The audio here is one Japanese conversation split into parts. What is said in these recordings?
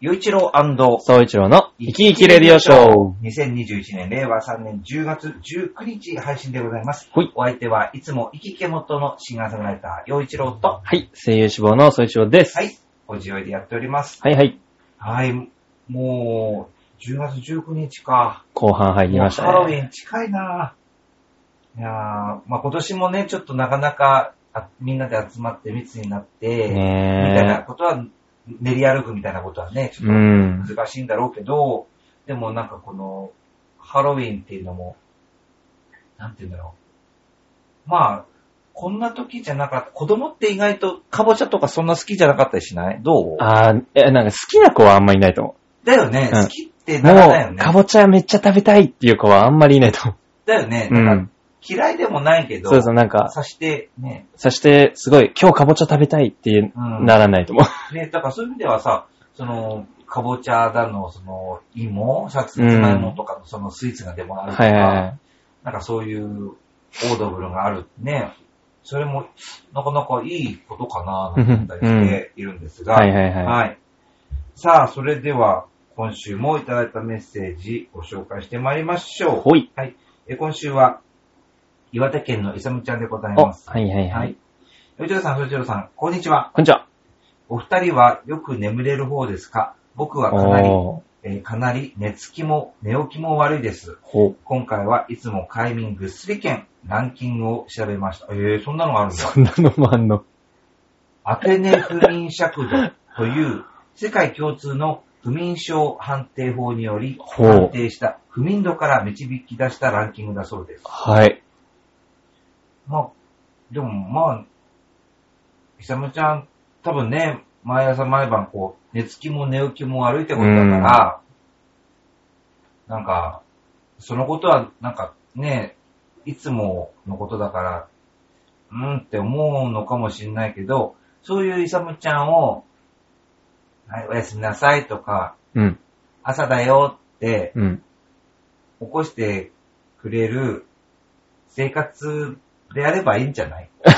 ゆういちろう総一郎の生き生きレディオショー。 2021年令和3年10月19日配信でございます。はいお相手はいつも生きけ元のシンガーソングライター、よういちろうと、ははい、声優志望の総一郎です。い、おじおいでやっております。はいはい。はい、もう、10月19日か。後半入りましたもうハロウね。ィン近いなぁ。いやーまあ今年もね、ちょっとなかなか、あみんなで集まって密になって、みたいなねことは、練り歩くみたいなことはね、ちょえ。っうとん。難しいんだろうけど、でもなんかこの、ハロウィンっていうのも、なんて言うんだろう。まあ、こんな時じゃなかった。子供って意外とカボチャとかそんな好きじゃなかったりしないどうあーえ、なんか好きな子はあんまりいないと思だよね。うん好きってう。ならないよもう、ねか。ぼちゃめっちゃ食べたいっていう子はあんまりいないと思だよね。う。うだからん。嫌いでもないけど、そうそう、なんか、さしてね、そして、すごい、今日かぼちゃ食べたいっていう、うんならないと思う。ね、だからそういう意味ではさ、その、かぼちゃだの、その、芋、さつまいもとかのそのスイーツがでもあるとか、 はいはいはい。なんかそういうオードブルがあるね。それも、なかなかいいことかな、なんて思ったりしているんですが。はいはいはい。はいさあ、それでは、今週もいただいたメッセージご紹介してまいりましょう。ほい。え今週は、岩手県のいさむちゃんでございお、はます。いはいは。はいい。よちろさん、そちろさん、こんにちは。こんにちは。お二人はよく眠れる方ですか僕はかなり、おー。えーかなり寝つきも、寝起きも悪いです。ほう。今回はいつも快眠ぐっすり券、ランキングを調べました。えー、そんなのがあるんだ。そんなのもあんの。アテネ不眠尺度という世界共通の不眠症判定法によりほう判定した不眠度から導き出したランキングだそうです。はい。まあ、でもまあ、ひさむちゃん、多分ね、毎朝毎晩こう、寝つきも寝起きも悪いってことだから、なんか、そのことはなんかね、いつものことだから、うんって思うのかもしれないけど、そういういさむちゃんを、はい、おやすみなさいとか、うん。朝だよってうん。起こしてくれる生活であればいいんじゃないで、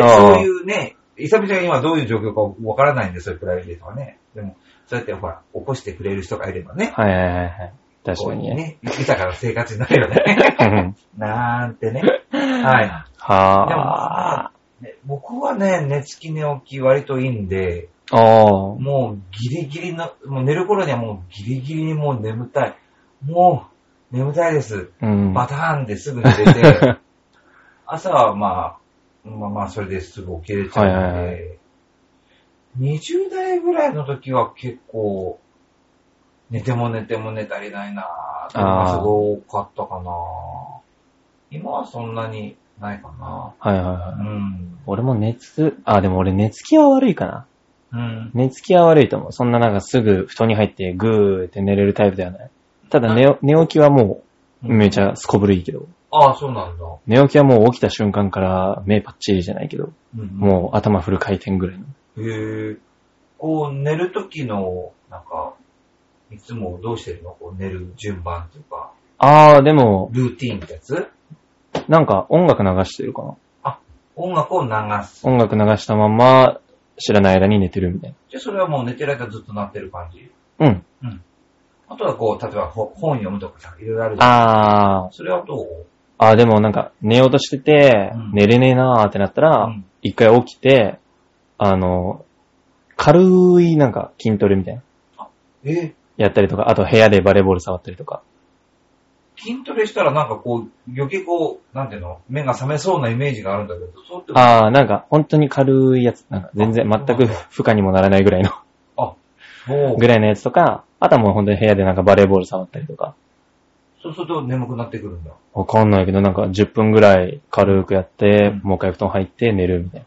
あーそういうね、イサミちゃんが今どういう状況かわからないんで、それプライベートはね。でも、そうやってほら、起こしてくれる人がいればね。はいはいはいはい。確かにね。ね。豊かな生活になるよ ね。うんなんてね。はでもはまあ。い。ね僕はね、寝つき寝起き割といいんで、おー。もうギリギリの、もう寝る頃にはもうギリギリにもう眠たい。もう、眠たいです。うん。バターンですぐ寝て て、朝はまあ、まあまあそれですぐ起きれちゃうので、はいはいは20代ぐらいの時は結構、寝ても寝ても寝足りないなぁっていうのがすごかったかなぁ今はそんなにないかなはいはいはいぁ。うん。俺も寝つつ、あ、でも俺寝つきは悪いかな。うん。寝つきは悪いと思う。そんななんかすぐ布団に入ってグーって寝れるタイプではない。ただ寝寝起きはもうめちゃすこぶるいいけど。ああ、そうなんだ。う寝起きはもう起きた瞬間から目パッチリじゃないけど、んうんもう頭フル回転ぐらいの。へえ。こう、寝る時の、なんか、いつもどうしてるのこう、寝る順番というか、あー、でも、ルーティーンってやつなんか音楽流してるかな。音楽を流す。音楽流したまま知らない間に寝てるみたいじゃあそれはもう寝てる間ずっと鳴ってる感じ。な。うん。あとはこう、例えばほ本読むとかさ、いろいろあるじゃん。あー。それはどうあー、でもなんか寝ようとしててうん、寝れねえなーってなったら、うん一回起きて、あの、軽いなんか筋トレみたいな。えやったりとか、あと部屋でバレーボール触ったりとか。筋トレしたらなんかこう、余計こう、なんていうの目が覚めそうなイメージがあるんだけど、そうってことああ、なんか本当に軽いやつ、なんか全然全く負荷にもならないぐらいの、 そうぐらいのやつとか、あとはもう本当に部屋でなんかバレーボール触ったりとか。そうすると眠くなってくるんだ。わかんないけど、なんか10分ぐらい軽くやって、うんもう一回布団入って寝るみたい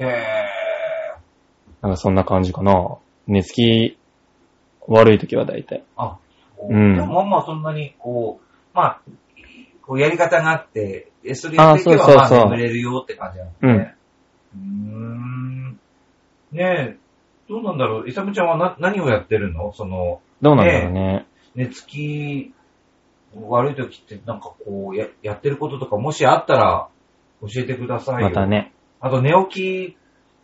な。へえ。なんかそんな感じかな。寝つき悪い時は大体。あ、そううんでもまあまあそんなにこう、まあ、こうやり方があって、えそれあやっていけばそうまそうそうあ眠れるよって感じなんですね。うん。うーん。ねえ、どうなんだろうイサムちゃんはな何をやってるのその、どうなんだろうね。寝つき悪い時ってなんかこうややってることとかもしあったら教えてくださいよ。またね。あと寝起き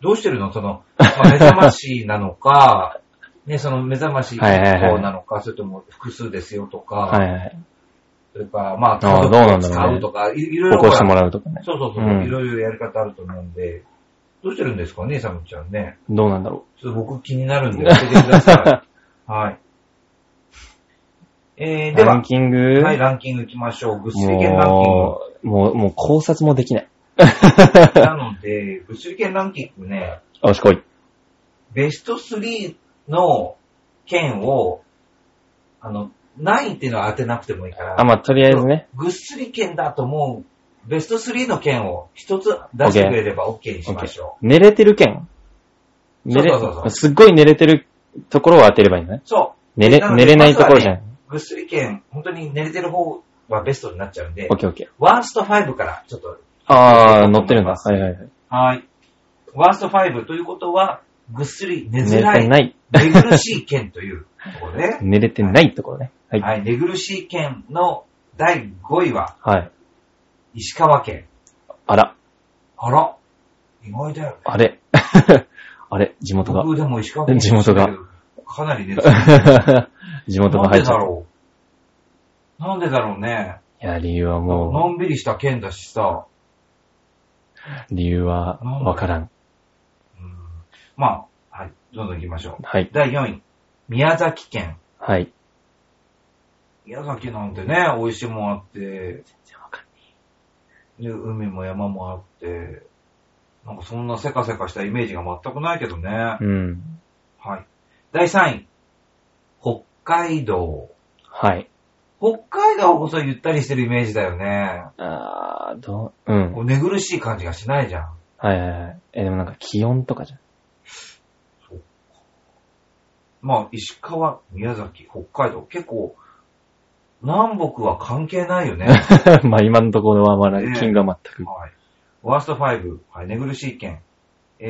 どうしてるのそ の、まあ目覚ましなのか、ね、その目覚ましはいはいはい1個なのか、それとも複数ですよとか、はいはい。それから、まあ、あ家あどうなんだろ族でうね使うとか、いいろい起ろこしてほもららうとかね。そうそうそう、うんいろいろやり方あると思うんで、どうしてるんですかね、サムちゃんね。どうなんだろちょっと僕気になる んで教えてください。はい。えー、う。でラはン、キングはい、ランキング行きましょう。物理系ランキング。もう、もう、もう考察もできない。なので、物理系ランキングね、よしこい。ベスト3の県を、あの、何位っていうのは当てなくてもいいから、あ、まあ、とりあえずね。ぐっすり県だと思う、ベスト3の県を一つ出してくれれば OK にしましょ寝れてる県寝れそうそうそうそうすっごい寝れてるところを当てればいいんだね。う。そう。寝れ、ので寝れないところじゃまずはねん。ぐっすり県、本当に寝れてる方はベストになっちゃうんでオッ、ケーオッケー。ワースト5からちょっと、あー、乗ってるんだ。はいはいはい。はい。ワースト5ということは、ぐっすり寝寝づれらてい、ない。寝苦しい県というと ころで、寝れてないところね。はい。はい、寝苦しい県の第5位は、はい。石川県。あら、あら、意外だよね。あれ。 あれ、地元が。僕でも石川県。地元が。かなり寝 地元ながん入でっちだゃう。ろう。なんでだろうね。いや、理由はものんびりした県だしさ。う、理由はわからん。うんまあ、はい、どんどん行きましょう。はい。第4位、宮崎県。はい。宮崎なんてね、美味しいもんあって、で海も山もあって、なんかそんなせかせかしたイメージが全くないけどね。うん。はい。第3位。北海道。はい。北海道こそゆったりしてるイメージだよね。あー、どう、うん。こう寝苦しい感じがしないじゃん。はいはいはい。え、でもなんか気温とかじゃん。まあ、石川、宮崎、北海道、結構、南北は関係ない よね。まあ今のところはまだ金が全く。はい。ワースト5、はい、寝苦しい県。え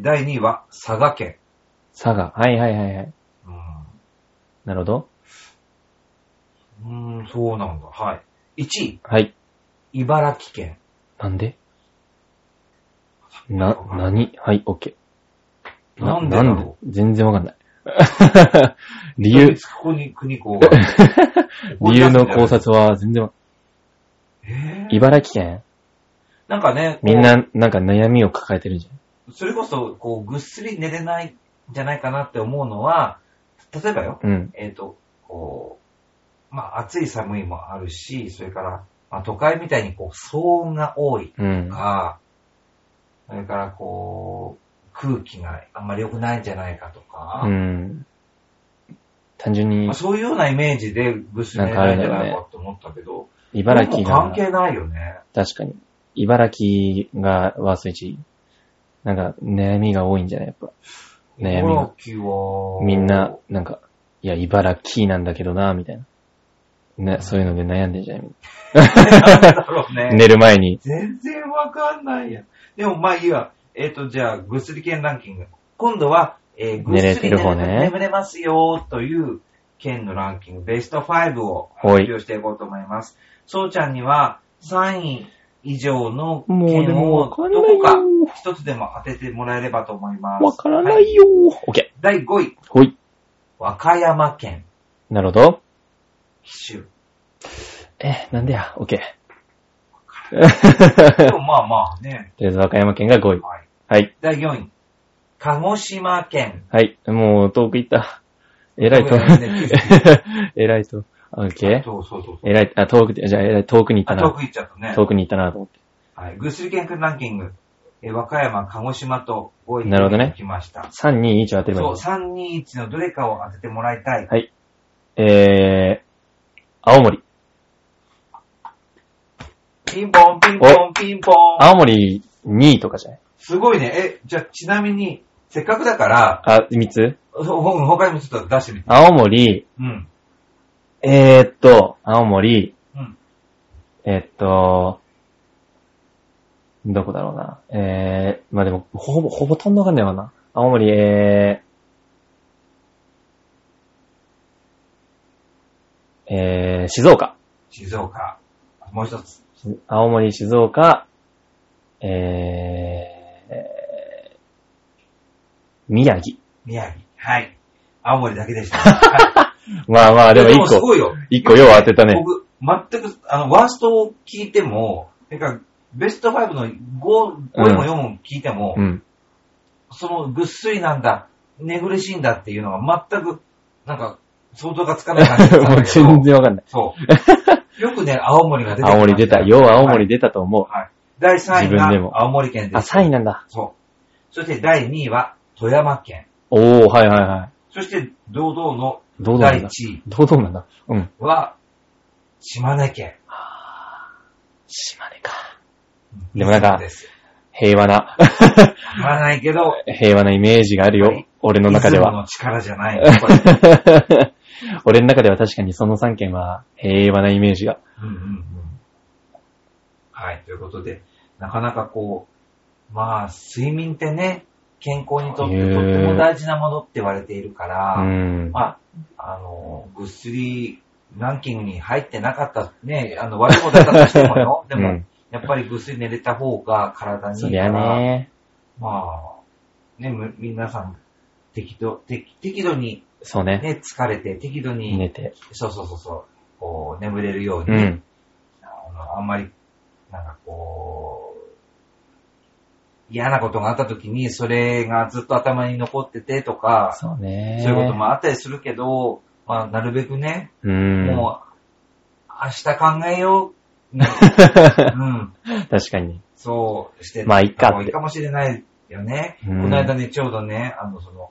ー、第2位は佐賀県。佐賀。はいはいはいはい。うなるほど。ん、うーんそうなんだ。はい。1位、はい。茨城県。なんでな、なにはい、オッケー。なんでだろ全然わか んない。理う。由、ここに国 子が。理由の考。察は全然わ、えー、茨城県、なんかね、こうみんな、なんか悩みを抱えてるじそれこそ、こう、ぐっすり寝れないんじゃないかなって思うのは、例えばよ、ゃん。うん。えっ、と、こう、まあ、暑い寒いもあるし、それから、まあ、都会みたいにこう、騒音が多いうんと。か、それからこう、空気があんまり良くないんじゃないかとか、うん。単純にまあ、、そういうようなイメージでぐっすり寝れないんじゃないかと思ったけど、茨で城も関が、係ないよね。確かに。茨城がワース1。なんか、悩みが多いんじゃないやっぱ。悩みが茨城は、みんな、なんか、いや、茨城なんだけどな、みたいな。ね、そういうので悩んでんじゃないなんだろ うね。寝る前に。全然わかんないや。でもまあいいわ。えっ、と、じゃあ、ぐっすり県ランキング。今度は、えー、ぐっ寝れすてりる眠方れ,、ね眠れますよという県のランキング、ベスト5を発表していこうと思います。そうちゃんには3位以上のもうで県もをわどかんないこよか一つでも当ててもらえればと思います。わからは。ないいよー。オッケ第5位、ー。ほい。和歌山県、なるほど。紀 州。え、なんでや。オッ ケでー。もまあまあね。とりあえず、和歌山県が5位。はい、はい。第4位、鹿児島県。はい。もう、遠く行った。えらいとごめんね。 えらいと。オッケー。そうそうそうそう。えらい、あ、遠くで、じゃあ、えらい遠くに行ったあ、遠な。く行っちゃったね。遠くに行ったなと思って。はい。ぐっすり県ランキング、えー和歌山、鹿児島と5位なるほどね来ました。 3、2、1を当てればいいそんう、です。 321のどれかを当ててもらいたい。えー、青森。ピンポン、ピンポン、ピンポン。青森2位とかじゃないすごいね。え、じゃあちなみに、せっかくだから、あ、3つほ他にもちょっと出してみて。青森、うん。えー、っと、青森、うん。えー、っと、どこだろうな。えー、まあ、でも、ほぼ、ほぼとんどわかんないわな。青森、えー、えー、静岡。静岡。もう一つ。青森、静岡、えー、宮城。宮城。はい。青森だけ でした。はまあまあ、いでも一す個、ごいよ。一個よう当てたね。僕、全く、あの、ワーストを聞いても、てか、ベスト5の5、5も4も聞いても、 うん。その、ぐっすりなんだ、寝苦しいんだっていうのが全く、なんか、想像がつかない感じだったんもだうけど。 全然わかんない。そう。よくね、青森が出てきました青森出た。よう青森出たと思う。はい。第3位自分でもが青森県です。あ、3位なんだ。そう。そして第2位は富山県。おー、はいはいはそして堂々のい。どうな第1んだ位どうなんだうん。は島根県。島根か。でもなんかです平 和な、わからないけど、平和なイメージがあるはよい。俺の中で出雲は。の力じゃないの。これ 俺の中では確かにその3県は平和なイメージが。うんうんうんはい。ということで、なかなかこう、まあ、睡眠ってね、健康にとってとっても大事なものって言われているかうら、ん。まあ、あの、ぐっすりランキングに入ってなかった、ね、あの、悪いことだったとしてもよ。でも、 うんやっぱりぐっすり寝れた方が体にいそいりかゃら、ね。まあ、ね、む皆さん、適度、適適度にそうね。ね、疲れて、適度に、寝て。そうそうそうそう、こう、眠れるように、うん。あのあんまり、なんかこう、嫌なことがあった時に、それがずっと頭に残っててとか、そうね。そういうこともあったりするけど、まあ、なるべくね、うん。もう、明日考え よう。ねうん。確かに。そうして、まあいっかってもういいかもしれないよね。うんこの間ね、ちょうどね、あの、その、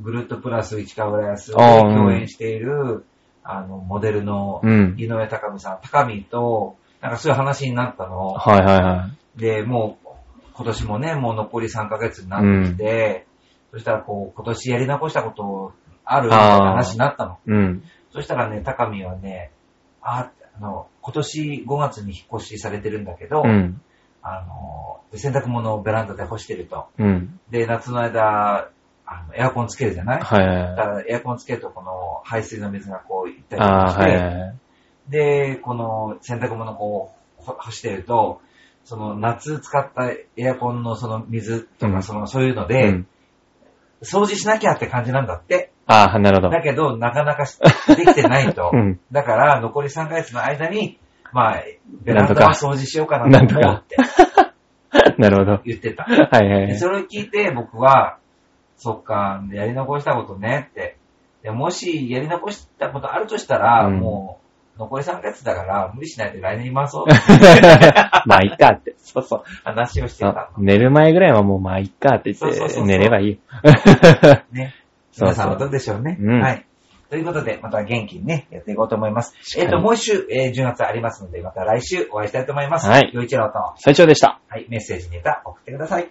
グルートプラス市川浦安をああうん共演している、あの、モデルのうん。井上高美さん、高美と、なんかそういう話になったの。はいはいはで、もう、今年もね、もう残り3ヶ月になってきて、そしたらこう、今年やり残したことあるみたいな話になったの。い。うん。そしたらね、高見はね、あ、あの、今年5月に引っ越しされてるんだけど、うん。あの、で洗濯物をベランダで干してると。うん。で、夏の間、あのエアコンつけるじゃない、はいはいだはい。からエアコンつけるとこの排水の水がこういったりとあかあしー、て、はいはいはい。で、この洗濯物をこうほ干してると、その夏使ったエアコンのその水とうかんその、そういうのうで、ん。掃除しなきゃって感じなんだって。ああ、なるほどだ。けど、なかな かしできてないと。うん。 だから、残り3ヶ月の間に、まあ、ベランダなはんと掃除しようかなと思うってなるほど。言って た。はいはいはでい。それを聞いて、僕は、そっか、やり残したことねって。でもし、やり残したことあるとしたら、うんもう、残り3ヶ月だから、無理しないで来年に回そう。まあ、いっかって。そうそう、話をしてあたの。寝る前ぐらいはもう、まあ、いっかってそう言そうっそうそて、う寝ればいいよ。ね。そうそう皆さんはどうでしょうね。うんはい。ということで、また元気にね、やっていこうと思います。しっえっ、かりと、もう一週、えー10月ありますので、また来週お会いしたいと思います。はい陽一郎と、最長でした。はい、メッセージネタ送ってください。